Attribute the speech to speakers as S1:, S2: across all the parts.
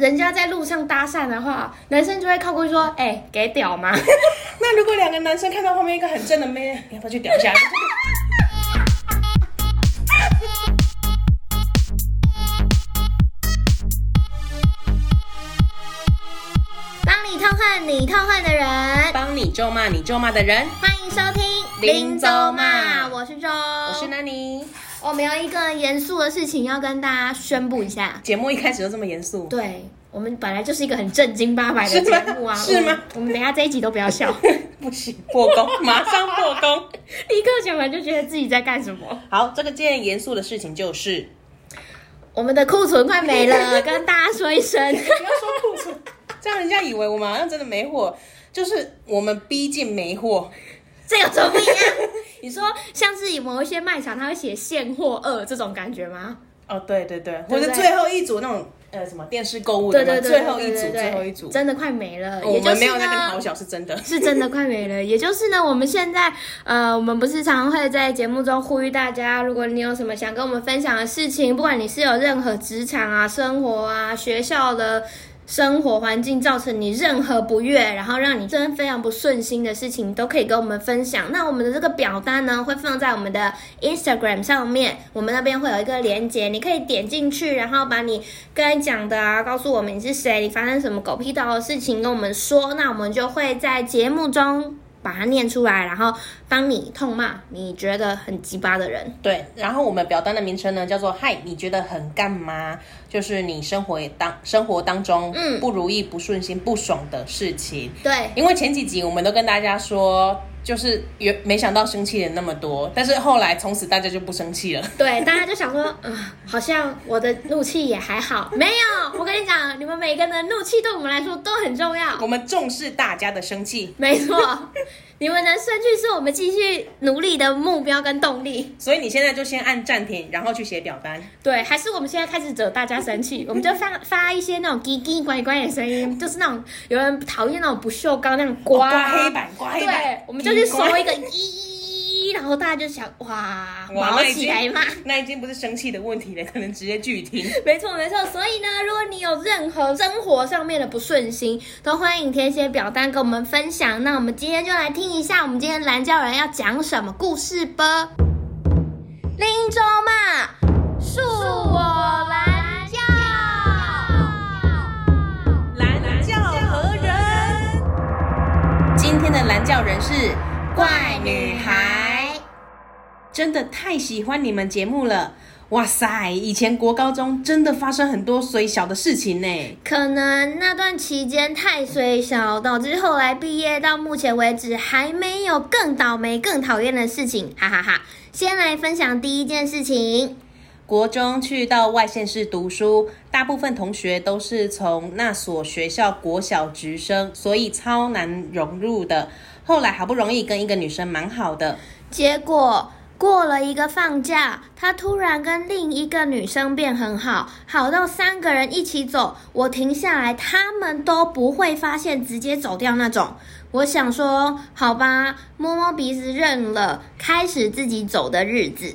S1: 人家在路上搭讪的话，男生就会靠过去说：“哎、给屌吗？”
S2: 那如果两个男生看到后面一个很正的妹，你要不要去屌一下？
S1: 帮你痛恨你痛恨的人，
S2: 帮你咒骂你咒骂的人，
S1: 欢迎收听
S2: 林州骂
S1: 我是周，
S2: 我
S1: 我
S2: 是 Nani。
S1: 我们有一个严肃的事情要跟大家宣布一下。
S2: 节目一开始就这么严肃，
S1: 对，我们本来就是一个很正经八百的
S2: 是吗
S1: 节 目啊，
S2: 是吗
S1: 我们？我们等一下这一集都不要 笑，
S2: 不行，破功，马上破功。
S1: 立刻讲完就觉得自己在干什么。
S2: 好，这个件严肃的事情就是
S1: 我们的库存快没了， 跟大家说一声。
S2: 不要说库存，这样人家以为我们好像真的没货，就是我们逼近没货。
S1: 这有什么不 一样？你说像是某一些卖场，它会写现货二这种感觉吗？
S2: 哦，对对对，
S1: 对
S2: 或者最后一组那种呃什么电视购物的
S1: 对
S2: 嘛，
S1: 对对，
S2: 最后一
S1: 对
S2: 组
S1: 对对
S2: 最后一组，哦
S1: 真的快没了，
S2: 我
S1: 也就
S2: 们
S1: 是
S2: 没有在跟你
S1: 呢
S2: 好。小是真的。
S1: 是真的快没了，也就是呢，我们现在，呃，我们不是常会在节目中呼吁大家，如果你有什么想跟我们分享的事情，不管你是有任何职场啊、生活啊、学校的生活环境造成你任何不悦，然后让你真的非常不顺心的事情，都可以跟我们分享。那我们的这个表单呢，会放在我们的 Instagram 上面，我们那边会有一个连接，你可以点进去，然后把你该讲的啊，告诉我们你是谁，你发生什么狗屁倒的事情跟我们说，那我们就会在节目中把它念出来，然后帮你痛骂你觉得很鸡巴的人。
S2: 对，然后我们表单的名称呢叫做“嗨，你觉得很干嘛？”就是你生活当生活当中
S1: 嗯
S2: 不如意、不顺心、不爽的事情。
S1: 对，
S2: 因为前几集我们都跟大家说，就是原没想到生气人那么多，但是后来从此大家就不生气了。
S1: 对，大家就想说，啊、 好像我的怒气也还好。没有，我跟你讲，你们每个人的怒气对我们来说都很重要。
S2: 我们重视大家的生气，
S1: 没 错，你们的生气是我们继续努力的目标跟动力。
S2: 所以你现在就先按暂停，然后去写表单。哦
S1: 对，还是我们现在开始惹大家生 气，我们就发发一些那种叽叽乖乖的声音，就是那种有人讨厌那种不锈钢那样刮,、
S2: 哦刮黑板，刮黑板
S1: 对，，我们就去搜一个一，然后大家就想哇，
S2: 哇
S1: 毛起来嘛。
S2: 那已经不是生气的问题了，可能直接拒听。
S1: 没错没错，所以呢，如果你有任何生活上面的不顺心，都欢迎填写表单跟我们分享。那我们今天就来听一下，我们今天蓝教人要讲什么故事吧。林州嘛，恕我蓝教。
S2: 蓝教何人？今天的蓝教人是
S1: 怪女孩，
S2: 真的太喜欢你们节目了。哇塞！以前国高中真的发生很多虽小的事情呢。
S1: 可能那段期间太虽小，导致后来毕业到目前为止还没有更倒霉、更讨厌的事情，哈哈哈。先来分享第一件事情，
S2: 国中去到外县市读书，大部分同学都是从那所学校国小直升，所以超难融入的。后来好不容易跟一个女生蛮好的，
S1: 结果过了一个放假，他突然跟另一个女生变很好，好到三个人一起走，我停下来，他们都不会发现，直接走掉那种。我想说，好吧，摸摸鼻子认了，开始自己走的日子。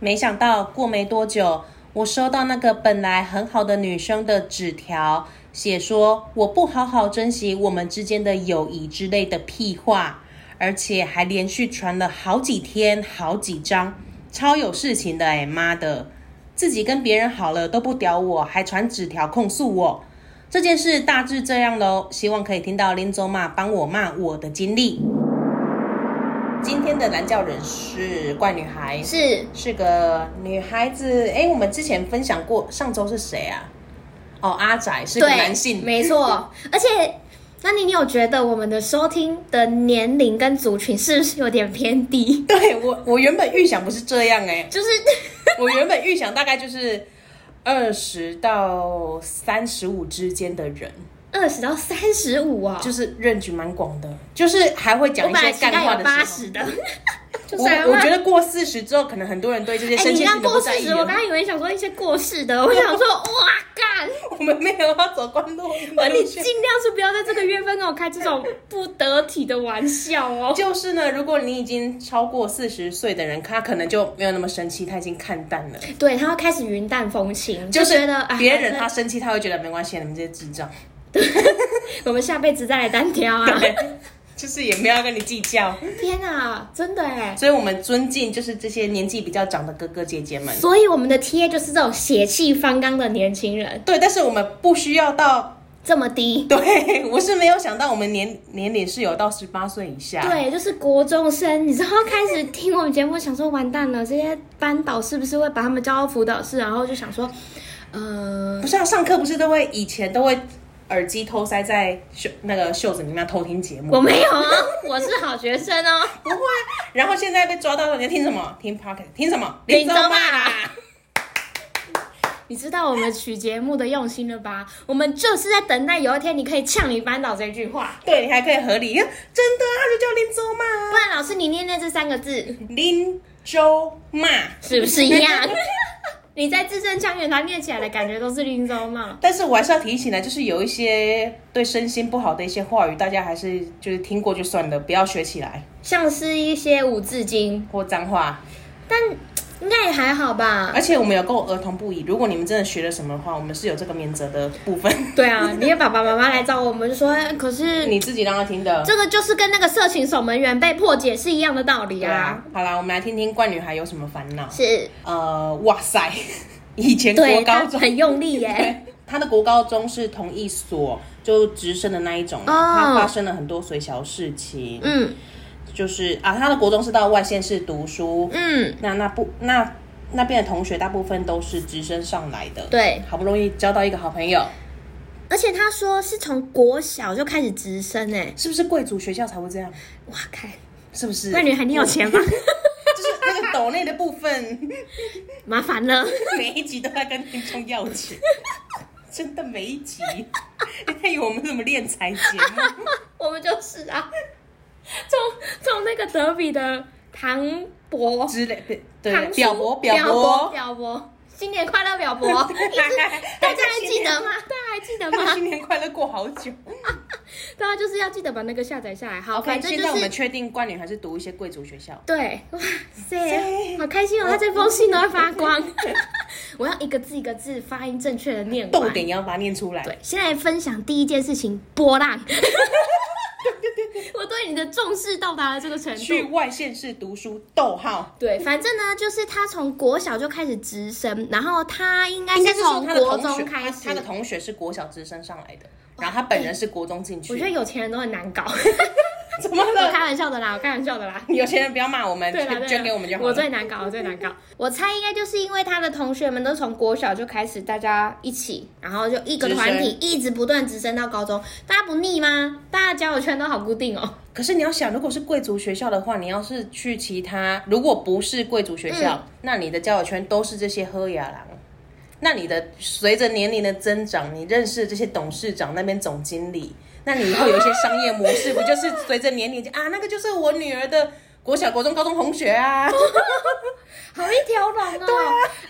S2: 没想到过没多久，我收到那个本来很好的女生的纸条，写说我不好好珍惜我们之间的友谊之类的屁话，而且还连续传了好几天好几张，超有事情的哎、妈的！自己跟别人好了都不屌我，还传纸条控诉我。这件事大致这样喽，希望可以听到林总骂帮我骂我的经历。今天的蓝教人是怪女孩，
S1: 是
S2: 是个女孩子。哎，我们之前分享过，上周是谁啊？哦，阿仔是个
S1: 对，
S2: 男性，
S1: 没错。而且，那你你有觉得我们的收听的年龄跟族群是不是有点偏低？
S2: 对我，我原本预想不是这样哎、
S1: 就是
S2: 我原本预想大概就是二十到三十五之间的人，
S1: 二十到三十五啊，
S2: 就是是 range 蛮广的，就是还会
S1: 我
S2: 讲
S1: 本
S2: 一
S1: 来
S2: 些
S1: 期待
S2: 干话
S1: 有
S2: 的
S1: 八
S2: 时
S1: 十
S2: 候。
S1: 的，就
S2: 我
S1: 是还
S2: 我觉
S1: 会。
S2: 得过四十之后，可能很多人对这些
S1: 哎、
S2: 生
S1: 你
S2: 气
S1: 让
S2: 都
S1: 过
S2: 不
S1: 四
S2: 在意
S1: 十，我
S2: 了。
S1: 刚才以为想说一些过世的，我想说，哇，干，烂。
S2: 我们没有要走官路硬的
S1: 我
S2: 路
S1: 你
S2: 线
S1: 尽。量是不要在这个月份跟我开这种不得体的玩笑哦。
S2: 就是呢，如果你已经超过四十岁的人，他可能就没有那么生气，他已经看淡了。
S1: 对，他会开始云淡风轻，
S2: 就
S1: 就是觉得啊，
S2: 别人他
S1: 反
S2: 生气，他会觉得没关系，你们这些智障，
S1: 正我们下辈子再来单挑啊！
S2: 对，就是也没有要跟你计 较。
S1: 天啊，真的哎！
S2: 所以我们尊敬就是这些年纪比较长的哥哥姐姐们。
S1: 所以我们的 TA 就是这种血气方刚的年轻人，
S2: 对，但是我们不需要到，
S1: 这么低。
S2: 对我是没有想到我们年年龄是有到十八岁以下。
S1: 对，就是国中生，你知道开始听我们节目，想说完蛋了，这些班导是不是会把他们叫到辅导室？然后就想说，呃，
S2: 不是啊，上课不是都会以前都会耳机偷塞在袖那个袖子里面偷听节目，
S1: 我没有哦，我是好学生哦。
S2: 不会啊。然后现在被抓到了，你要听什么？听 Pocket，听什么？
S1: 林
S2: 州
S1: 州骂
S2: 骂
S1: 你知道我们取节目的用心了吧？我们就是在等待有一天你可以呛你班导这句话，
S2: 对你还可以合理，真的啊，就叫林州骂
S1: 不
S2: 啊，
S1: 然老师你念念这三个字
S2: 林州骂。
S1: 是不是一样？ 你在字正腔圆，他念起来的感觉都是林州骂。
S2: 但是我还是要提醒呢，就是有一些对身心不好的一些话语，大家还是就是听过就算了，不要学起来。
S1: 像是一些五字经，
S2: 或脏话，
S1: 但应该也还好吧。
S2: 而且我们有够儿童不宜。如果你们真的学了什么的话，我们是有这个免责的部分，
S1: 对 啊，你的爸爸妈妈来找我们就说， 哎可是
S2: 你自己让他听的。
S1: 这个就是啊跟那个色情守门员被破解是一样的道理
S2: 对啊
S1: 啊。，
S2: 好啦，我们来听听怪女孩有什么烦恼。
S1: 是，
S2: 呃，哇塞，以前国
S1: 对，
S2: 高
S1: 他
S2: 中，
S1: 很用力耶。
S2: 对 她的国高中是同一所，就直升的那一种，
S1: 哦
S2: 她发生了很多随小事情，
S1: 嗯
S2: 就是啊，她的国中是到外县市读书，
S1: 嗯，
S2: 那那不那那边的同学大部分都是直升上来的，，
S1: 对。
S2: 好不容易交到一个好朋友，
S1: 而且他说是从国小就开始直升哎、
S2: 是不是贵族学校才会这样？
S1: 哇靠！
S2: 是不是？
S1: 那女孩你有钱 吗？
S2: 就是那个抖内的部分，
S1: 麻烦了，
S2: 每一集都在跟听众要钱， 真的每一集。 你看以为我们是什么练财节目？
S1: 我们就是啊，从从那个德比的唐伯，
S2: 之类对
S1: 唐
S2: 对，
S1: 叔
S2: 表伯
S1: 表伯
S2: 伯，
S1: 表伯，新年快乐 表伯，一直大家还记得吗？大家还记得
S2: 那
S1: 吗？
S2: 新年快乐过好久。
S1: 大家就是要记得把那个下载下来。好， 反
S2: 看
S1: 正
S2: 现在
S1: 就
S2: 我们
S1: 是。
S2: 确定冠女还是读一些贵族学校。
S1: 对，哇塞，好开心哦！他这封信都会发光，
S2: 哦
S1: 我要一个字一个字发音正确的念
S2: 重
S1: 完。
S2: 点要把它念出来。
S1: 对，先来分享第一件事情，波 浪。我对你的重视到达了这个程
S2: 去
S1: 度。
S2: 外县市读书，逗号。
S1: 对，反正呢，就是他从国小就开始直升，然后他应该
S2: 应该
S1: 是
S2: 是说
S1: 从
S2: 他的
S1: 国
S2: 同学，
S1: 中开
S2: 他
S1: 始。
S2: 他的同学是国小直升上来的，然后他本人是国中进去。
S1: 我觉得有钱人都很难搞，
S2: 怎么
S1: 我
S2: 了？
S1: 开玩笑的啦，我开玩笑的 啦。
S2: 有钱人不要骂我们，
S1: 对啦，对
S2: 捐
S1: 啦
S2: 捐给我们就好
S1: 我
S2: 了。
S1: 最难搞，我最难搞。我猜应该就是因为他的同学们都从国小就开始大家一起，然后就一个
S2: 直升
S1: 团体一直不断直升到高中，大家不腻吗？大家交友圈都好固定哦。
S2: 可是你要想，如果是贵族学校的话，你要是去其他，如果不是贵族学校，那你的交友圈都是这些喝雅郎。啊那你的随着年龄的增长，你认识这些董事长那边总经理，那你以后有一些商业模式，不就是随着年龄就啊，那个就是我女儿的国小、国中、高中同学啊，
S1: 好一条龙哦！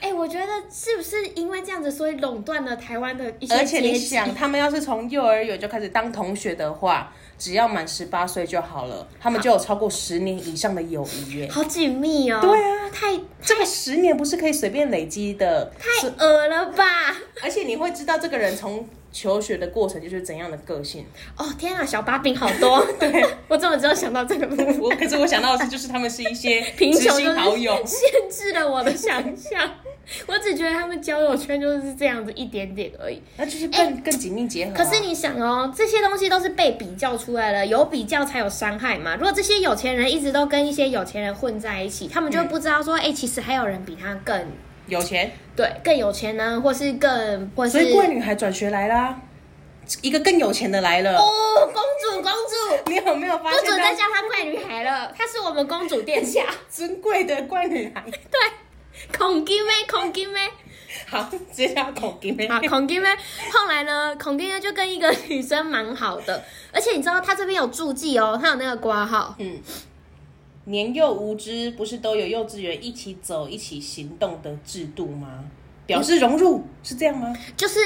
S1: 哎、我觉得是不是因为这样子，所以垄断了台湾的一些
S2: 而且你
S1: 阶级？
S2: 想，他们要是从幼儿园就开始当同学的话，只要满十八岁就好了，他们就有超过十年以上的友谊耶。
S1: 好紧密哦！
S2: 对啊
S1: 太
S2: 这个十年不是可以随便累积的，
S1: 太恶了吧！
S2: 而且你会知道这个人从求学的过程就是怎样的个性。
S1: 哦天啊，小把柄好多！对， 我怎么只有想到这个部分？
S2: 我可是我想到的是，就是他们是一 些
S1: 贫
S2: 知
S1: 穷
S2: 心好友
S1: 就是。限制了我的想象， 我只觉得他们交友圈就是这样子一点点而已。
S2: 那就是更、更紧密结合啊、
S1: 可是你想哦，这些东西都是被比较出来的，有比较才有伤害嘛。如果这些有钱人一直都跟一些有钱人混在一起，他们就会不知道
S2: 嗯
S1: 说，哎、其实还有人比他更
S2: 有钱，
S1: 对更有钱呢，或是更或是
S2: 所以怪女孩转学来啦，一个更有钱的来了。
S1: 哦，公主公主，
S2: 你有没有发
S1: 不
S2: 现
S1: 准再
S2: 到
S1: 叫她怪女孩了， 她是我们公主殿下。
S2: 尊贵的怪女孩？
S1: 对，孔金妹，孔金妹，
S2: 好，直接叫孔给妹。
S1: 啊，孔金妹，后来呢，孔金妹就跟一个女生蛮好的，而且你知道她这边有注记哦，她有那个挂号，
S2: 嗯，年幼无知不是都有幼稚园一起走、一起行动的制度吗？表示融入，是这样吗？
S1: 就是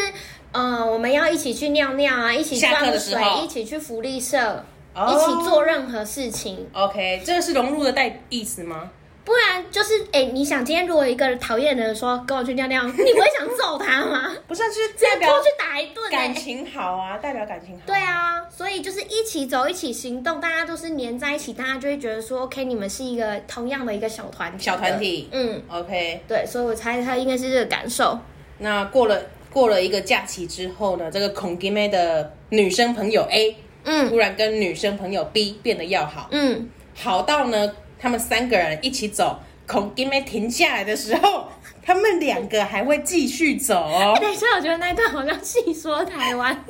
S1: 呃，我们要一起去尿尿啊，一起
S2: 下
S1: 装
S2: 课的时
S1: 水
S2: 候，
S1: 一起去福利社，
S2: 哦
S1: 一起做任何事情。
S2: OK，这个是融入的代意思吗？
S1: 不然就是，哎、你想今天如果一个讨厌的人说跟我去尿尿，你不会想揍他吗？
S2: 不是啊，就是
S1: 直
S2: 代
S1: 接
S2: 表
S1: 过去打一顿、
S2: 感
S1: 欸。
S2: 情好啊，代表感情好。
S1: 对，啊，所以就是一起走，一起行动，大家都是黏在一起，大家就会觉得说，OK，你们是一个同样的一个小团体。
S2: 小团。体。
S1: 嗯，
S2: OK，
S1: 对，所以我猜他应该是这个感受。
S2: 那过了过了一个假期之后呢，这个孔弟妹的女生朋友 A
S1: 嗯
S2: 突然跟女生朋友 B 变得要好，
S1: 嗯，
S2: 好到呢，他们三个人一起走，孔弟妹停下来的时候，他们两个还会继续走哦
S1: 哎、。 等一下，我觉得那一段好像细说台湾，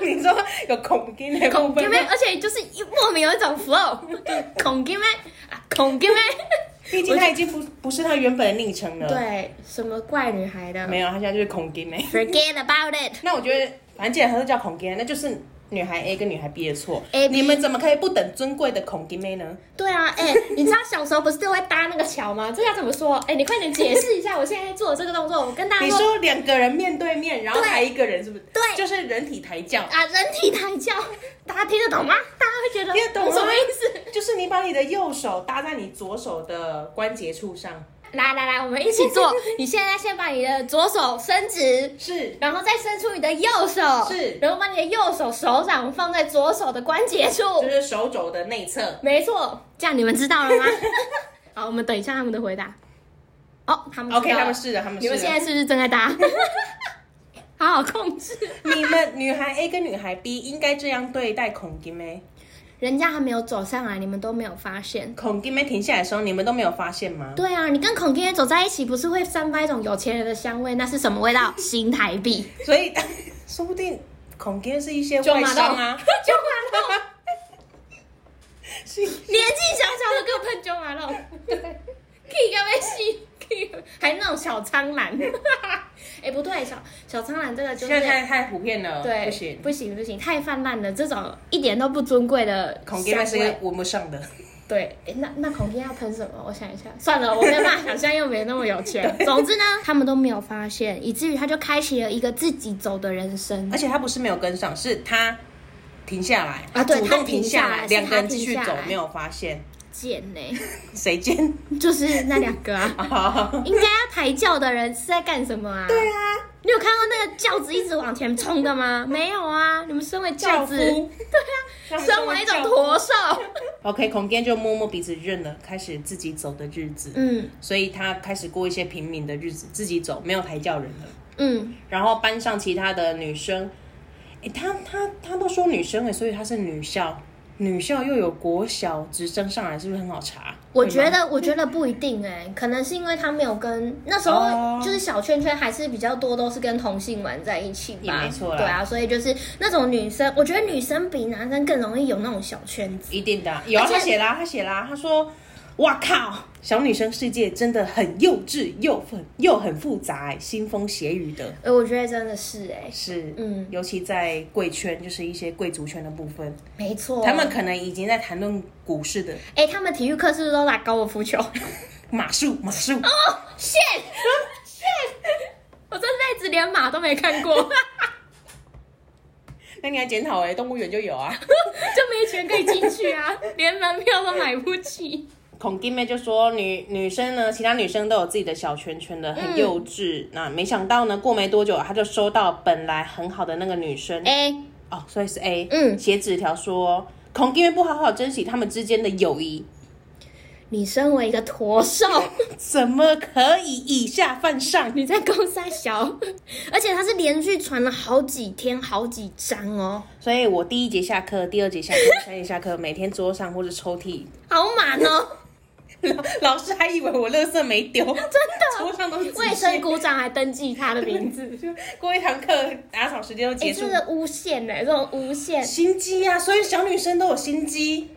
S2: 你说有孔弟妹部
S1: 恐
S2: 分
S1: 金妹，
S2: 吗？
S1: 而且就是莫名有一种 flow，恐 金妹啊，恐金妹，
S2: 毕竟她已经不不是她原本的昵称了。，
S1: 对，什么怪女孩的
S2: 没有，她现在就是孔弟妹。
S1: ，forget about it。
S2: 那我觉得，反正既然她都叫孔弟妹，那就是女孩 A 跟女孩 B 的错。
S1: A B
S2: 你们怎么可以不等尊贵的孔弟妹呢？
S1: 对啊，哎、你知道小时候不是都会搭那个桥吗？这要怎么说？哎、你快点解释一下，我现在做的这个动作，我跟大家
S2: 你说两个人面对面，然后
S1: 对
S2: 抬一个人，是不是？
S1: 对
S2: 就是人体抬轿。
S1: 啊，人体抬轿，大家听得懂吗？大家会觉得啊
S2: 听得懂吗
S1: 什么意思？
S2: 就是你把你的右手搭在你左手的关节处上，
S1: 来来来，我们一起做。你现在先把你的左手伸直，
S2: 是
S1: 然后再伸出你的右手，
S2: 是
S1: 然后把你的右手手掌放在左手的关节处，
S2: 就是手肘的内侧。
S1: 没错。这样你们知道 了吗？好，我们等一下他们的回答。哦，他们知道
S2: OK，
S1: 了
S2: 他们是的，他啊们
S1: 你
S2: 是
S1: 们现在
S2: 的。
S1: 是不是正在搭？ 好好控制，
S2: 你们女孩 A 跟女孩 B 应该这样对待孔弟妹。
S1: 人家还没有走上来，你们都没有发现。
S2: 孔弟妹停下来的时候，你们都没有发现吗？
S1: 对啊，你跟孔爹走在一起，不是会散发一种有钱人的香味？那是什么味道？新台 币。
S2: 所以说不定孔弟妹是一些外伤 啊，
S1: 九马桶，
S2: 是
S1: 年纪小小的给我喷九 马桶，对，可以干杯戏，可以，还那种小苍兰， 哎、不对，小小苍兰这个就
S2: 现
S1: 是
S2: 在太太普遍了，
S1: 对，
S2: 不行。
S1: 不行不行，太泛滥了，这种一点都不尊贵的
S2: 孔弟妹是
S1: 香味
S2: 闻不上的，
S1: 对，诶那那孔爹要喷什么？我想一下，算了，我没办法想 象，又没那么有钱。总之呢，他们都没有发现，以至于他就开启了一个自己走的人生
S2: 而。且她不是没有跟上，是她停下来
S1: 啊对
S2: 主动
S1: 她停
S2: 停
S1: 下
S2: 下
S1: 来是
S2: 来，两个人
S1: 她停
S2: 继续
S1: 下
S2: 走
S1: 来，
S2: 没有发现，
S1: 贱呢、
S2: 谁 见？，
S1: 就是那两个啊
S2: 啊
S1: 应该要抬轿的人是在干什么啊？
S2: 对啊，
S1: 你有看到那个轿子一直往前冲的 吗？没有啊，你们身为轿子，
S2: 夫
S1: 对啊，身为一种驼兽，
S2: OK，孔爹就摸摸鼻子认了，开始自己走的日子。
S1: 嗯
S2: 所以他开始过一些平民的日子，自己走，没有抬轿人了。
S1: 嗯，
S2: 然后班上其他的女生，诶，他他他都说女生诶，所以她是女校，女校又有国小直升上来，是不是很好查？
S1: 我
S2: 对
S1: 觉
S2: 吗
S1: 得，我觉得不一定哎、可能是因为他没有跟那时
S2: 哦
S1: 候就是小圈圈还是比较多，都是跟同性玩在一起吧，
S2: 也没错啦
S1: 对啊，所以就是那种女生，我觉得女生比男生更容易有那种小圈子。
S2: 一定的啊，有啊，
S1: 而且
S2: 他写啦、他写啦、他说，哇靠，小女生世界真的很幼稚，又很又很复杂、诶腥风血雨的。
S1: 呃，我觉得真的是哎、
S2: 是，
S1: 嗯
S2: 尤其在贵圈，就是一些贵族圈的部分，
S1: 没错，
S2: 他们可能已经在谈论股市的
S1: 哎、他们体育课是不是都打高尔夫 球哦
S2: 马术，马术。
S1: ？shit shit，我这辈子连马都没看过，
S2: 那你还检讨哎，动物园就有啊。
S1: 就没钱可以进去啊，连门票都买不 起。
S2: 孔弟妹就说女女生呢，其他女生都有自己的小圈圈的，
S1: 嗯
S2: 很幼稚。那没想到呢，过没多久，她就收到本来很好的那个女生，
S1: 哎、
S2: 哦，所以是 A，
S1: 嗯
S2: 写纸条说孔弟妹不好好珍惜他们之间的友谊，
S1: 你身为一个驼兽。
S2: 怎么可以以下犯上？
S1: 你在公三小， 而且他是连续传了好几天、好几张哦，
S2: 所以我第一节下课，第二节下课，三节下课，每天桌上或者抽屉，
S1: 好满哦，
S2: 老师还以为我垃圾没丢，真的， 桌上都是纸
S1: 卫
S2: 屑
S1: 生股长还登记他的名字，
S2: 过一堂课打扫时间就
S1: 哎、
S2: 结束
S1: 这
S2: 了。
S1: 个诬陷呢、这种诬陷，
S2: 心机啊，所以小女生都有心机。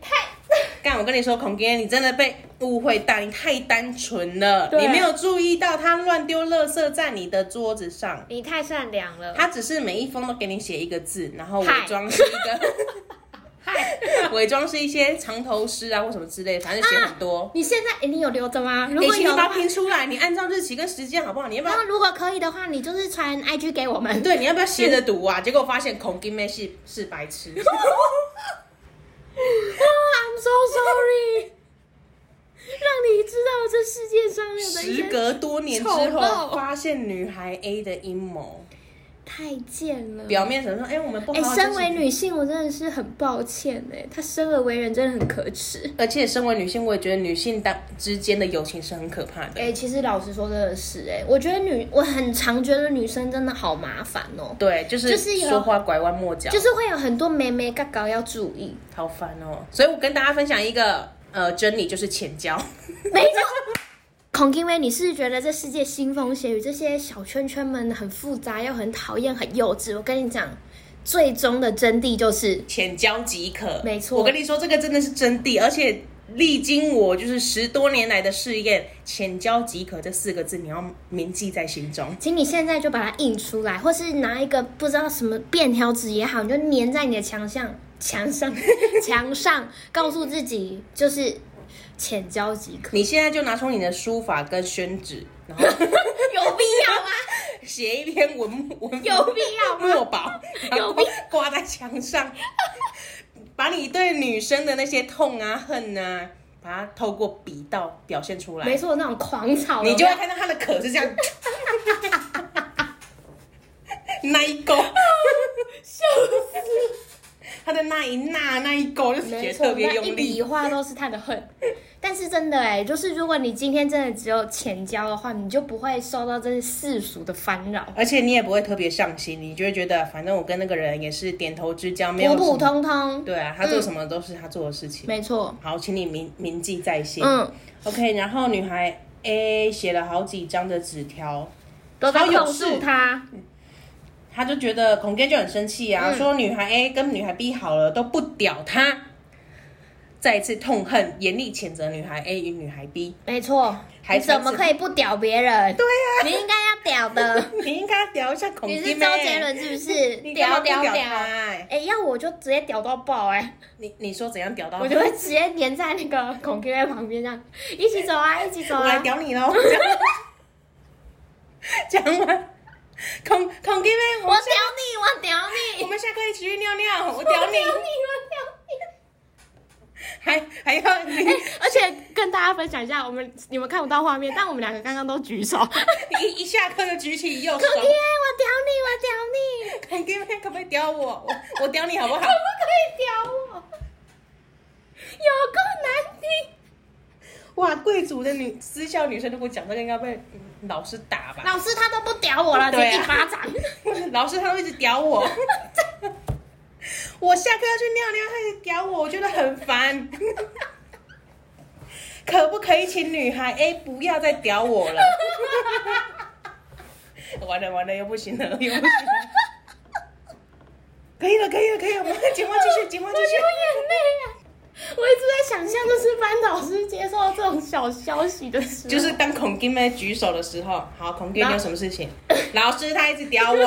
S2: 干，我跟你说，孔爹，你真的被误会大，你太单纯了，
S1: 对
S2: 你没有注意到他乱丢垃圾在你的桌子上。
S1: 你太善 良了，
S2: 他只是每一封都给你写一个字，然后伪
S1: 嗨
S2: 装是一个，
S1: 嗨，
S2: 伪装是一些藏头诗啊或什么之类，反正写很多。
S1: 啊你现在诶你有留着吗？如
S2: 你
S1: 果
S2: 请
S1: 有的
S2: 你把
S1: 话
S2: 它，拼出来，你按照日期跟时间好不好？你要不
S1: 然
S2: 要？
S1: 后如果可以的话，你就是传 IG 给我 们。
S2: 对，你要不要斜着读啊？结果发现孔金妹是是白痴。
S1: Oh, I'm so sorry，让你知道这世界上有的一
S2: 时
S1: 些
S2: 隔多年之
S1: 丑
S2: 后，
S1: 陋
S2: 发现女孩 A 的阴谋，
S1: 太贱了。
S2: 表面上说，哎、我们不好
S1: 哎、
S2: 好珍惜。
S1: 身为女性，我真的是很抱歉哎、她生而为人真的很可耻。
S2: 而且身为女性，我也觉得女性当之间的友情是很可怕的。
S1: 哎、其实老实说，真的是哎、我觉得女，我很常觉得女生真的好麻烦哦、
S2: 对，就是
S1: 就是有
S2: 说话拐弯抹角，
S1: 就是会有很多妹妹嘎嘎要注意。
S2: 好烦哦。所以我跟大家分享一个呃真理，就是浅交。
S1: 没错。 孔金威，你是觉得这世界腥风血雨，这些小圈圈们很复杂，又很讨厌，很幼稚。我跟你讲，最终的真谛就是
S2: 浅交即可。
S1: 没错
S2: 我跟你说，这个真的是真谛，而且历经我就是十多年来的试验，“浅交即可”这四个字你要铭记在心中。
S1: 请你现在就把它印出来，或是拿一个不知道什么便条纸也好，你就粘在你的墙上、墙上、 墙上，告诉自己就是浅交即可。
S2: 你现在就拿出你的书法跟宣纸，然后
S1: 有必要吗？
S2: 写一篇文文
S1: 有必要吗？
S2: 墨宝，然后
S1: 有病
S2: 挂在墙上， 把你对女生的那些痛啊、恨啊，把它透过笔道表现出
S1: 没
S2: 来，
S1: 错，那种狂草，
S2: 你就会看到它的壳是这样， 那一 勾，
S1: 笑死。
S2: 它的那一捺那一勾就写
S1: 没
S2: 得
S1: 错，
S2: 特别
S1: 那一
S2: 用
S1: 笔一
S2: 力。
S1: 画都是他的恨。但是真的哎、就是如果你今天真的只有浅交的话，你就不会受到这世俗的烦扰，
S2: 而且你也不会特别上心，你就会觉得反正我跟那个人也是点头之交，没有
S1: 普
S2: 什么
S1: 普通通。
S2: 对啊，他做什么都是他做的事情。
S1: 没错，
S2: 好，请你铭铭记在心。
S1: 嗯，
S2: OK，然后女孩 A 写了好几张的纸条，
S1: 都在
S2: 好有
S1: 控诉
S2: 事
S1: 他。
S2: 她就觉得孔 K 就很生气啊，
S1: 嗯
S2: 说女孩 A 跟女孩 B 好了都不屌她，再一次痛恨，严厉谴责女孩 A 与女孩 B。
S1: 没错，
S2: 还
S1: 你怎么可以不屌别人？对呀、你应该要屌 的。
S2: 啊你应该屌一下孔 K
S1: 你是周杰伦是不是？
S2: 你干嘛
S1: 屌
S2: 不
S1: 屌
S2: 屌
S1: 屌！
S2: 他
S1: 哎、要我就直接屌到爆哎、
S2: 你你说怎样屌到
S1: 我就会直接粘在那个孔 Q 在旁边这样，一起走 啊，一起走
S2: 我来
S1: 啊。
S2: 屌你喽！ 讲完，孔孔 K 妹，我
S1: 我
S2: 们
S1: 屌
S2: 下
S1: 你，我屌你，
S2: 我们下课一起去尿尿，我
S1: 我
S2: 屌你
S1: 屌，你，我屌你。
S2: 还还要你。
S1: 哎而且跟大家分享一下，我们你们看不到画面，但我们两个刚刚都举 手。可
S2: 一一下课就举起右手
S1: 天，我，屌你，我屌你，
S2: 肯定可不可以屌我？我我屌你好不好
S1: 可？不可以屌我？有够难听！
S2: 哇，贵族的女私校女生如果讲这个，应该被、嗯老师打吧？
S1: 老师他都不屌我了，直
S2: 对啊
S1: 接一巴掌。
S2: 老师他都一直屌我， 我下课要去尿尿，他一直屌我，我觉得很烦。 可不可以请女孩 A 不要再屌我了？ 完了完了，又不行了，又不行了。可以了，可以了，可以了，我们节目继续，节目
S1: 我
S2: 继续
S1: 流。眼泪啊！我一直在想象，就是班导师接受这种小消息的时候，
S2: 就是当孔金妹举手的时候，好，孔金你有什么事情？老师他一直屌我，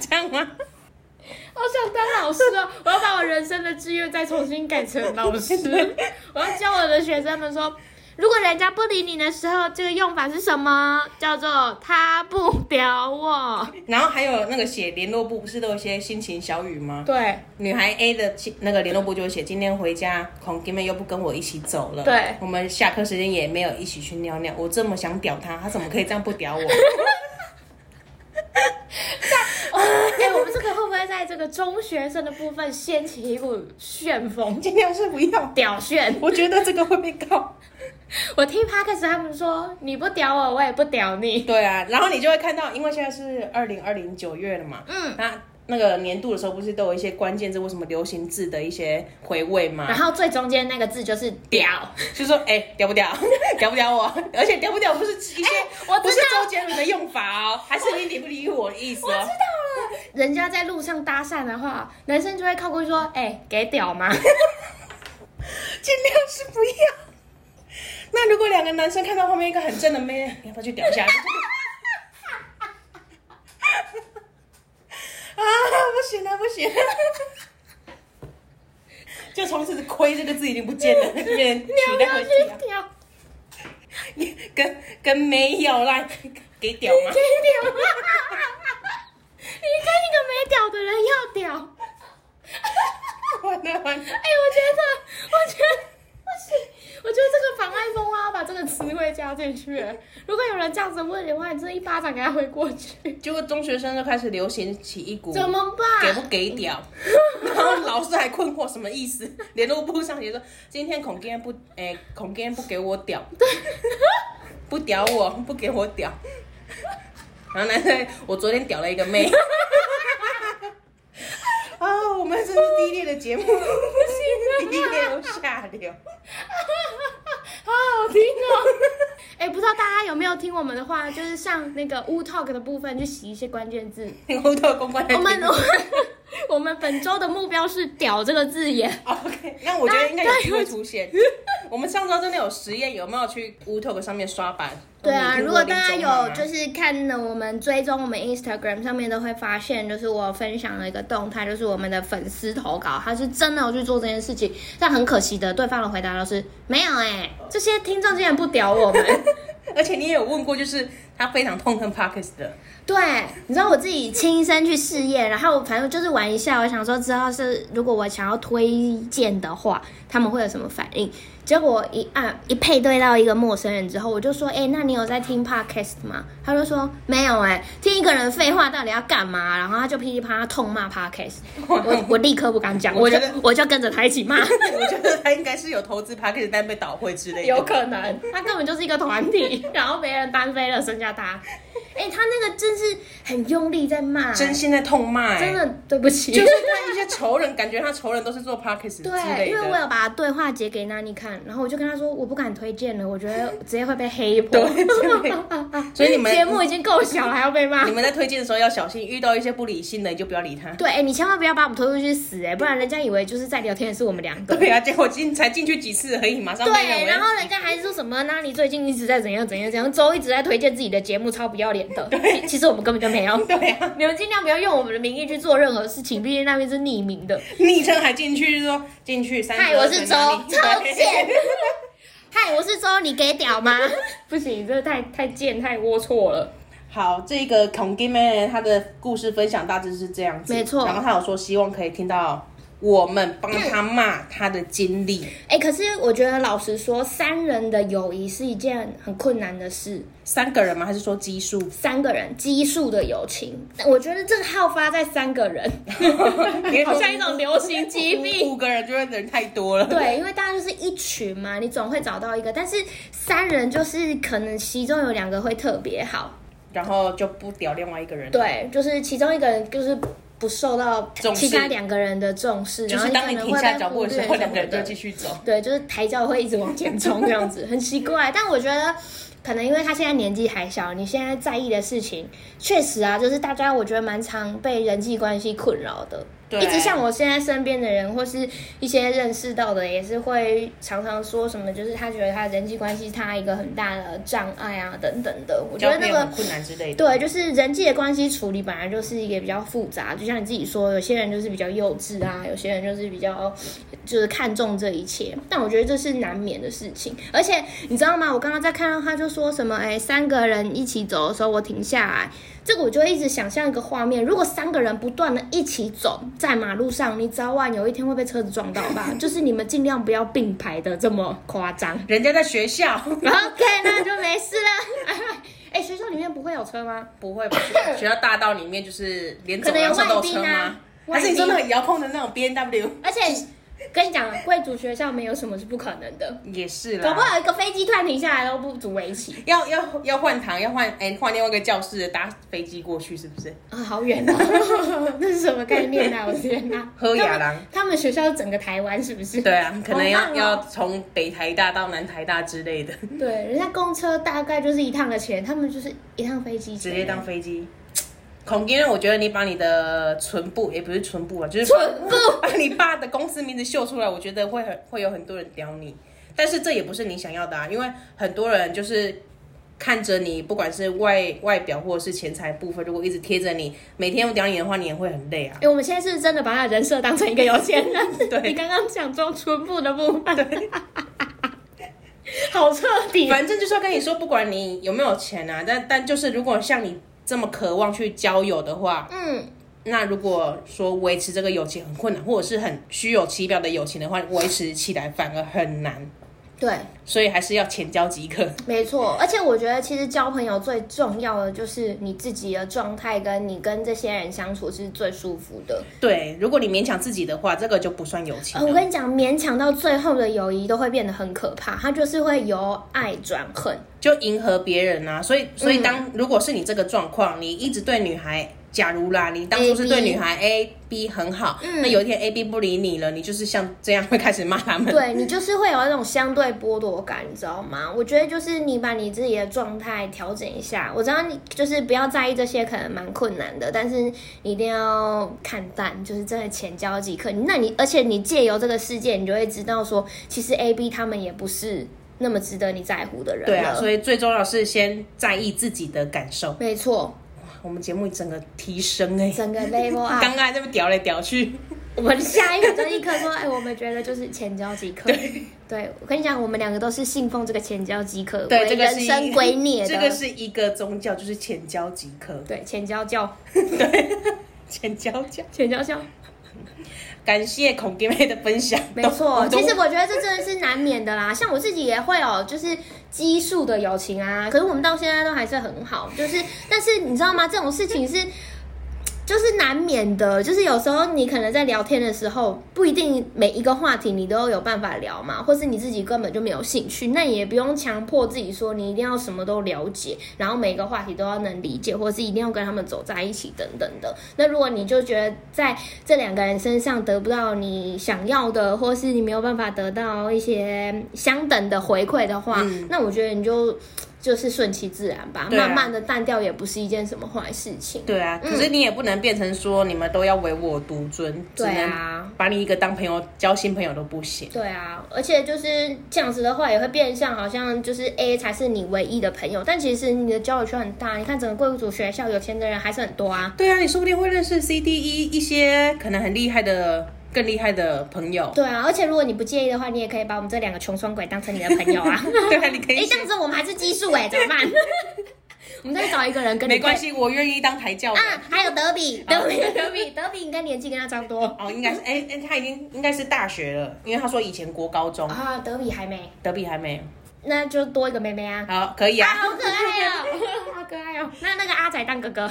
S2: 这样吗？
S1: 好想当老师哦！我要把我人生的志愿再重新改成老 师。我要教我的学生们说，如果人家不理你的时候，这个用法是什么？叫做他不屌我。
S2: 然后还有那个写联络簿，不是都有一些心情小语吗？
S1: 对
S2: 女孩 A 的亲那个联络簿就会写：今天回家，孔金妹又不跟我一起走了。
S1: 对
S2: 我们下课时间也没有一起去尿尿。我这么想屌他，他怎么可以这样不屌我？
S1: 哦哎、我们这个会不会在这个中学生的部分掀起一股旋风？
S2: 尽量是不要。
S1: 屌旋！
S2: 我觉得这个会被告。
S1: 我听 p 克斯他们说，你不屌我，我也不屌 你。
S2: 对啊，然后你就会看到，因为现在是二零二零九月了嘛，
S1: 嗯，
S2: 那那个年度的时候，不是都有一些关键字或什么流行字的一些回味
S1: 然
S2: 吗？
S1: 后最中间那个字就是屌。
S2: 就说哎、屌不屌？ 屌不屌我？而且屌不屌不是一些，
S1: 哎我知道
S2: 不是周杰伦的用法哦，还是你理不理 我的意思哦？
S1: 人家在路上搭讪的话，男生就会靠过去说：“哎、给屌吗？”
S2: 尽量是不要。那如果两个男生看到后面一个很正的妹，你要不要去屌一下？ 啊，啊不行了，不行了！ 就从此“亏”这个字已经不见了，变成取代
S1: 要
S2: 了
S1: 去 屌，
S2: 跟跟没有啦，给屌吗
S1: 给？屌，你跟一个没屌的人要屌。
S2: 完了完了，
S1: 哎、我觉得，我觉得不行，我觉得这个妨碍风啊，把这个词汇加进去。如果有人这样子问你的话，你真的一巴掌给他回过去，
S2: 结果中学生就开始流行起一股
S1: 怎么
S2: 哦给
S1: 办？
S2: 不给 屌，然后老师还困惑什么意思？联络部上写说今天孔健不哎、孔健不给我屌，不屌我不给我屌，然后呢，我昨天屌了一个 妹。啊、我们真是低劣的节 目，低劣又下流。
S1: 啊好好听哦！ 哎、不知道大家有没有听我们的话，就是上那个 U Talk 的部分去洗一些关键字。
S2: 我到公关来
S1: 我们
S2: 评
S1: 我们 我们本周的目标是“屌”这个字眼。
S2: OK，那我觉得应该有机会出
S1: 啊
S2: 现。我们上周真的有实验，有没有去 w t o k 上面刷版？
S1: 对啊，
S2: 你有听
S1: 如
S2: 过
S1: 果大家
S2: 林总吗
S1: 有就是看了我们追踪我们 Instagram 上面都会发现，就是我分享了一个动态，就是我们的粉丝投稿，他是真的有去做这件事情，但很可惜的，对方的回答都是没有哎、这些听众竟然不屌我们。
S2: 而且你也有问过，就是他非常痛恨 Parkes 的，
S1: 对，你知道我自己亲身去试验，然后反正就是玩一下，我想说，知道是如果我想要推荐的话，他们会有什么反应？结果一按一配对到一个陌生人之后，我就说，哎、那你有在听 podcast 吗？他就说没有、哎，听一个人废话到底要干嘛？然后他就噼里啪啦痛骂 podcast，我我立刻不敢讲，
S2: 我
S1: 我就
S2: 觉得
S1: 我就跟着他一起骂，
S2: 我觉得他应该是有投资 Parkes 但被倒会之类的。
S1: 有可能，他根本就是一个团体， 然后别人单飞了，剩下他，哎、他那个真是很用力在骂、哎
S2: 真心在痛骂、欸，
S1: 真的对不起，
S2: 就是他一些仇人，感觉他仇人都是做 Parkes 之
S1: 对，
S2: 类
S1: 因为我
S2: 的。
S1: 有把对话截给娜妮看，然后我就跟她说我不敢推荐了，我觉得直接会被黑破。
S2: 对对，所以你们
S1: 节目已经够小了，还要被骂
S2: 你。们在推荐的时候要小心，遇到一些不理性的你就不要理他。
S1: 对，哎、你千万不要把我们推出去死、哎，不然人家以为就是在聊天的是我们两个。
S2: 对啊，结果进才进去几次而已，马上被认
S1: 对，
S2: 为
S1: 然后人家还说什么，那你最近一直在怎样怎样怎样，周一直在推荐自己的节目，超不要脸的。其其实我们根本就没有，
S2: 对啊，
S1: 你们尽量不要用我们的名义去做任何事情，毕竟那边是匿名的。
S2: 昵称还进去就说进去三十
S1: 嗨，
S2: 二
S1: 我
S2: 岁
S1: 是周，
S2: 哪里，
S1: 超
S2: 对
S1: 贱。嗨，我是周，你给屌吗？不行，这太太贱，太龌龊了。
S2: 好，这个孔金妹她的故事分享大致是这样子，
S1: 没错
S2: 然后她有说希望可以听到我们帮她骂她的经历，
S1: 哎、可是我觉得老实说，三人的友谊是一件很困难的事。
S2: 三个人吗？还是说基数？
S1: 三个人基数的友情，但我觉得这个好发在三个 人，好像一种流行疾病。
S2: 五个人就会人太多了。
S1: 对，因为大家就是一群嘛，你总会找到一个。但是三人就是可能其中有两个会特别好，
S2: 然后就不屌另外一个人。
S1: 对，就是其中一个人就是不受到
S2: 重视
S1: 其他两个人的重视，
S2: 就
S1: 然后
S2: 是当你
S1: 可能
S2: 停
S1: 会
S2: 下
S1: 被
S2: 脚步的时
S1: 忽
S2: 候，
S1: 略
S2: 两个
S1: 什
S2: 人就
S1: 么的
S2: 继续走。
S1: 对，就是抬轿会一直往前冲这样子，很奇怪。但我觉得可能因为他现在年纪还小，你现在在意的事情，确实啊，就是大家我觉得蛮常被人际关系困扰的。
S2: 对
S1: 一直像我现在身边的人，或是一些认识到的，也是会常常说什么，就是他觉得他人际关系他一个很大的障碍啊，等等的。我觉
S2: 交
S1: 得那
S2: 朋友
S1: 个
S2: 很困难之类的。
S1: 对，就是人际的关系处理本来就是一个比较复杂，就像你自己说，有些人就是比较幼稚啊，有些人就是比较就是看重这一切，但我觉得这是难免的事情。而且你知道吗？我刚刚在看到他就说什么，哎，三个人一起走的时候，我停下来，这个我就一直想象一个画面，如果三个人不断的一起走在马路上，你早晚有一天会被车子撞到吧？就是你们尽量不要并排的这么夸张。
S2: 人家在学校
S1: OK，那就没事了。 哎，学校里面不会有车吗？
S2: 不会吧？学校大道里面就是连走
S1: 可能有
S2: 廊上都有
S1: 外宾
S2: 车
S1: 啊
S2: 吗？还是你
S1: 外
S2: 说
S1: 宾
S2: 那个遥控的那种 B N W
S1: 而且跟你讲，贵族学校没有什么是不可能的，
S2: 也是啦。
S1: 搞不好一个飞机突然停下来都不足为奇
S2: 要要要换堂，要换哎换另外一个教室，搭飞机过去是不是？
S1: 啊！好远哦， 那是什么概念啊？我的天哪！
S2: 喝雅郎
S1: 他们学校整个台湾是不是？
S2: 对啊，可能要、
S1: 好棒哦
S2: 要从北台大到南台大之类的，
S1: 对，人家公车大概就是一趟的钱，他们就是一趟飞机钱
S2: 直接当飞机。孔因为我觉得你把你的唇部，也不是唇部啊，就是把
S1: 唇部
S2: 把你爸的公司名字秀出来，我觉得会很会有很多人屌你，但是这也不是你想要的啊，因为很多人就是看着你，不管是外外表或者是钱财部分，如果一直贴着你，每天用两眼的话，你也会很累啊
S1: 哎、。我们现在是真的把他的人设当成一个有钱人。
S2: 对
S1: 你刚刚讲中淳朴的部分， 好彻底。
S2: 反正就是要跟你说，不管你有没有钱啊，但但就是如果像你这么渴望去交友的话，
S1: 嗯，
S2: 那如果说维持这个友情很困难，或者是很虚有其表的友情的话，维持起来反而很难，
S1: 对，
S2: 所以还是要钱交即可。
S1: 没错。而且我觉得，其实交朋友最重要的就是你自己的状态，跟你跟这些人相处是最舒服的。
S2: 对，如果你勉强自己的话，这个就不算友情
S1: 呃，我
S2: 了。
S1: 跟你讲，勉强到最后的友谊都会变得很可怕，它就是会由爱转恨。
S2: 就迎合别人啊，所以所
S1: 嗯
S2: 以当、如果是你这个状况，你一直对女孩，假如啦，你当初是
S1: A B
S2: 对女孩 A B 很好，
S1: 嗯
S2: 那有一天 A B 不理你了，你就是像这样会开始骂他 们。
S1: 对你就是会有那种相对剥夺感，你知道吗？我觉得就是你把你自己的状态调整一下。我知道你就是不要在意这些，可能蛮困难的，但是你一定要看淡，就是真的钱交即可。那你而且你借由这个事件，你就会知道说，其实 A、B 他们也不是那么值得你在乎的人
S2: 对啊，
S1: 了。
S2: 所以最重要是先在意自己的感受。
S1: 没错，
S2: 我们节目整个提升哎、
S1: 整个 level up。
S2: 刚刚还在那边屌来 屌去，
S1: 我们下一个就立刻说，哎、我们觉得就是钱交即可。对，我跟你讲，我们两个都是信奉这个钱交即可
S2: 对，
S1: 为
S2: 这个
S1: 人
S2: 是一
S1: 生 圭臬的。
S2: 这个是一个宗教，就是钱交即可，
S1: 对，钱交教，
S2: 钱交教。
S1: 钱交教，
S2: 感谢孔弟妹的分享，
S1: 没
S2: 都
S1: 错。
S2: 我都
S1: 其实我觉得这真的是难免的啦，像我自己也会哦、就是基数的友情啊，可是我们到现在都还是很好，就是，但是你知道吗？这种事情是。就是难免的，就是有时候你可能在聊天的时候，不一定每一个话题你都有办法聊嘛，或是你自己根本就没有兴趣，那也不用强迫自己说你一定要什么都了解，然后每个话题都要能理解，或是一定要跟他们走在一起等等的。那如果你就觉得在这两个人身上得不到你想要的，或是你没有办法得到一些相等的回馈的话，那我觉得你就就是顺其自然吧，
S2: 嗯对啊
S1: 慢慢的淡掉也不是一件什么坏事情。
S2: 对啊，可是你也不能变成说你们都要唯我独尊，只
S1: 对
S2: 能
S1: 啊，
S2: 把你一个当朋友交新朋友都不行。
S1: 对啊，而且就是这样子的话，也会变相好像就是 A 才是你唯一的朋友，但其实你的交友圈很大，你看整个贵族学校有钱的人还是很多啊。
S2: 对啊，你说不定会认识 C D E 一些可能很厉害的、更厉害的 朋友。
S1: 对啊，而且如果你不介意的话，你也可以把我们这两个穷双鬼当成你的朋友啊。
S2: 对啊，你可
S1: 哎、
S2: 以
S1: 这。样子我们还是奇数 哎，怎么办？我们再找一个人跟你
S2: 没关系，我愿意当抬轿的。
S1: 哎啊，还有德比，德比，德比，德比应该年纪跟他差不多
S2: 哦，应该是，哎、哎、他已经应该是大学了，因为他说以前国高中，
S1: 啊，德比还没，
S2: 德比还没有。
S1: 那就多一个妹妹啊。
S2: 好，可以
S1: 啊，
S2: 啊。
S1: 好可爱哦、 好可爱哦、那那个阿仔当哥哥。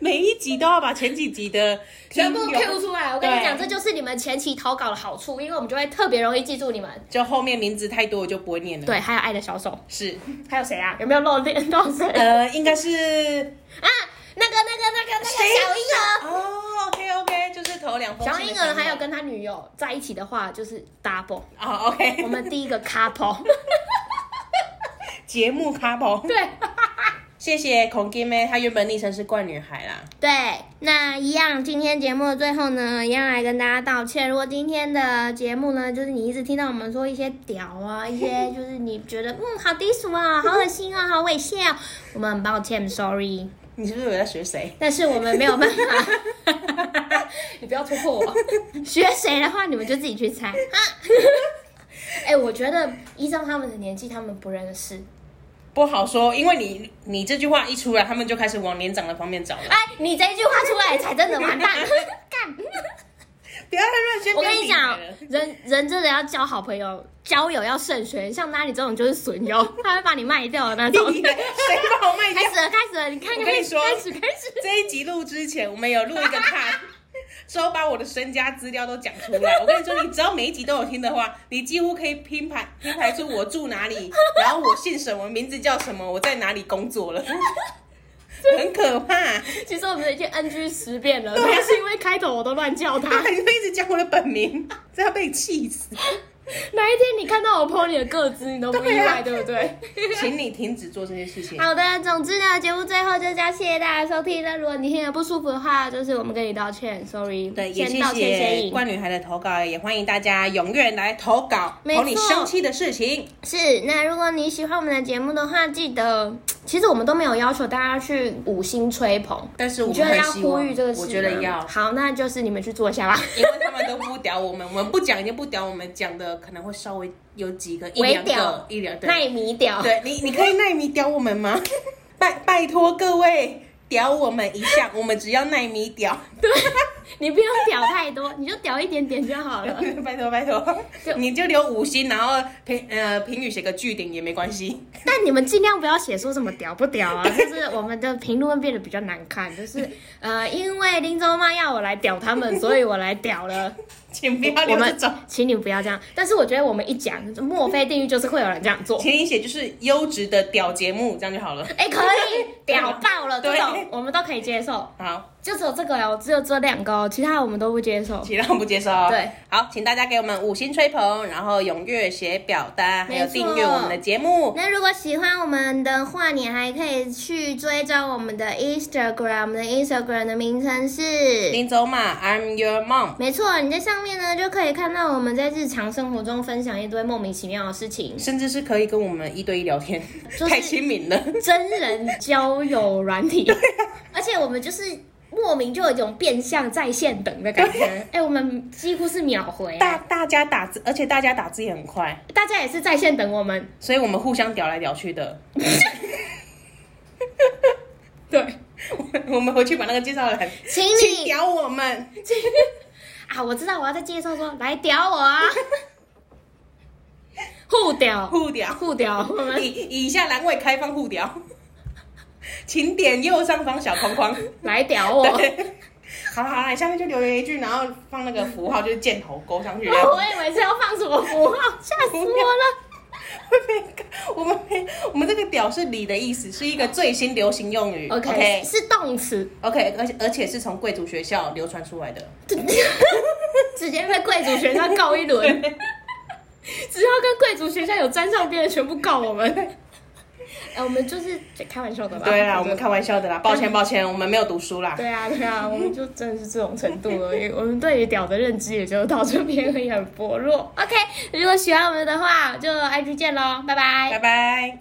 S2: 每一集都要把前几集的
S1: 全 部
S2: 听友
S1: Q 出来。我跟你
S2: 对
S1: 讲，这就是你们前期投稿的好处，因为我们就会特别容易记住你们。
S2: 就后面名字太多，我就不会念了。，
S1: 对，还有爱的小手，
S2: 是，
S1: 还有谁啊？有没有漏电到谁？
S2: 呃，应该是
S1: 啊，那个、那个、那个、那个
S2: 谁
S1: 小婴
S2: 哦，OK OK，就是头两封
S1: 儿，小
S2: 信
S1: 婴
S2: 的
S1: 儿还
S2: 朋友
S1: 有跟他女友在一起的话，就是 double。
S2: 哦，OK，
S1: 我们第一个 couple，
S2: 节目 couple，
S1: 对
S2: 谢谢孔金妹，她原本昵称是怪女孩啦。
S1: 对，那一样，今天节目的最后呢，一样来跟大家道歉。如果今天的节目呢，就是你一直听到我们说一些屌啊，一些就是你觉得嗯好低俗啊，好恶心啊，好猥亵啊，我们很抱歉，sorry。
S2: 你是不是有在学谁？
S1: 但是我们没有办法， 你不要突破我。学谁的话，你们就自己去猜。啊 哎、我觉得依照他们的年纪，他们不认识。
S2: 不好说，因为你你这句话一出来，他们就开始往年长的方面找了。
S1: 哎，你这一句话出来才真的完蛋。 干！
S2: 不要乱宣
S1: 我跟你讲，人人真的要交好朋友，交友要慎选。像拉你这种就是损友，他会把你卖掉的那种。
S2: 你的谁把我卖
S1: 开
S2: 掉？
S1: 始了，开始了，你看，
S2: 我跟你
S1: 开始，
S2: 说
S1: 开始，开始。
S2: 这一集录之前，我们有录一个看，说把我的身家资料都讲出来。我跟你说，你只要每一集都有听的话，你几乎可以拼排拼排出我住 哪里，然后我姓什么，名字叫什么，我在哪里工作了，很可怕。啊
S1: 其实我们已经 NG 十遍了，但是因为开头我都乱叫他
S2: 他。还会一直讲我的本名，这要被气死。
S1: 哪一天你看到我 PO 你的个资，你都不意
S2: 啊
S1: 外，对不对？
S2: 请你停止做这些事情。
S1: 好的，总之呢，节目最后就这样，谢谢大家收听。那如果你听得不舒服的话，就是我们跟你道歉，sorry。
S2: 对，也
S1: 先
S2: 谢
S1: 道歉先
S2: 谢
S1: 赢。
S2: 关女孩的投稿，也欢迎大家踊跃来投稿，
S1: 没
S2: 投你
S1: 错
S2: 生气的事情。
S1: 是，那如果你喜欢我们的节目的话，记得，其实我们都没有要求大家去五星吹捧，
S2: 但是我
S1: 你觉
S2: 们
S1: 得
S2: 很
S1: 要
S2: 希
S1: 呼
S2: 望
S1: 吁这个事吗
S2: 我觉得要，
S1: 好，那就是你们去做一下吧。
S2: 因为他们都不屌我们，我们不讲就不屌我们，讲的可能会稍微有几个一
S1: 微
S2: 两个
S1: 屌
S2: 一两对，
S1: 耐米屌，
S2: 对你你可以耐米屌我们吗？ 拜拜托各位屌我们一下，我们只要耐米屌，
S1: 你不用屌太多，你就屌一点点就好 了。
S2: 拜托拜托，
S1: 就
S2: 你就留五星，然后评呃评语写个句点也没关系。
S1: 但你们尽量不要写说什么屌不屌啊，就是我们的评论变得比较难看，就是呃，因为林州妈要我来屌他们，所以我来屌了。
S2: 请不 要
S1: 我
S2: 留这
S1: 们
S2: 种，
S1: 请你不要这样，但是我觉得我们一讲，墨菲定律就是会有人这样做。
S2: 请你写就是优质的屌节目，这样就好了。
S1: 哎、可以屌爆了，这
S2: 对
S1: 种我们都可以接受，
S2: 好，
S1: 就只有这个哦，只有这两个哦，其他我们都不接 受。
S2: 其他我们不接受哦。
S1: 对，
S2: 好，请大家给我们五星吹捧，然后踊跃写表单，还有
S1: 没错
S2: 订阅我们的节目。
S1: 那如果喜欢我们的话，你还可以去追踪我们的 Instagram，我们的 Instagram 的名称是
S2: 林走马，I'm your mom。
S1: 没错，你在上面呢就可以看到我们在日常生活中分享一堆莫名其妙的事情，
S2: 甚至是可以跟我们一对一聊天，
S1: 就是
S2: 太亲民了。
S1: 真人交友软 体，
S2: 啊
S1: 而且我们就是莫名就有一种变相在线等的感觉， 哎、我们几乎是秒回、
S2: 大
S1: 啊，
S2: 大家打字，而且大家打字也很快，
S1: 大家也是在线等我们，
S2: 所以我们互相屌来屌去的。
S1: 对
S2: 我们回去把那个介绍栏，
S1: 请
S2: 请
S1: 你
S2: 屌我们，
S1: 啊，我知道我要再介绍说来屌我啊， 互屌
S2: 互屌。
S1: 互屌，我们
S2: 以以下栏位开放互屌，请点右上方小框框。
S1: 来屌我，我
S2: 对， 好了好了，你下面就留言一句，然后放那个符号，就是箭头勾上去。然后
S1: 哦以为是要放什么符 号，吓死我了。
S2: 会被我们没我们这个屌是你的意思，是一个最新流行用语。
S1: OK，, 是动词，
S2: OK，而且而且是从贵族学校流传出来的。
S1: 直接被贵族学校告一 轮。只要跟贵族学校有沾上边的，全部告我们。 哎，我们就是开玩笑的吧？
S2: 对啊啦，我们开玩笑的啦，抱歉抱歉，我们没有读书啦。
S1: 对啊，对啊，我们就真的是这种程度而已。我们对于屌的认知也就到这边而已，很薄弱。OK，如果喜欢我们的话，就 IG 见喽，拜拜
S2: 拜拜。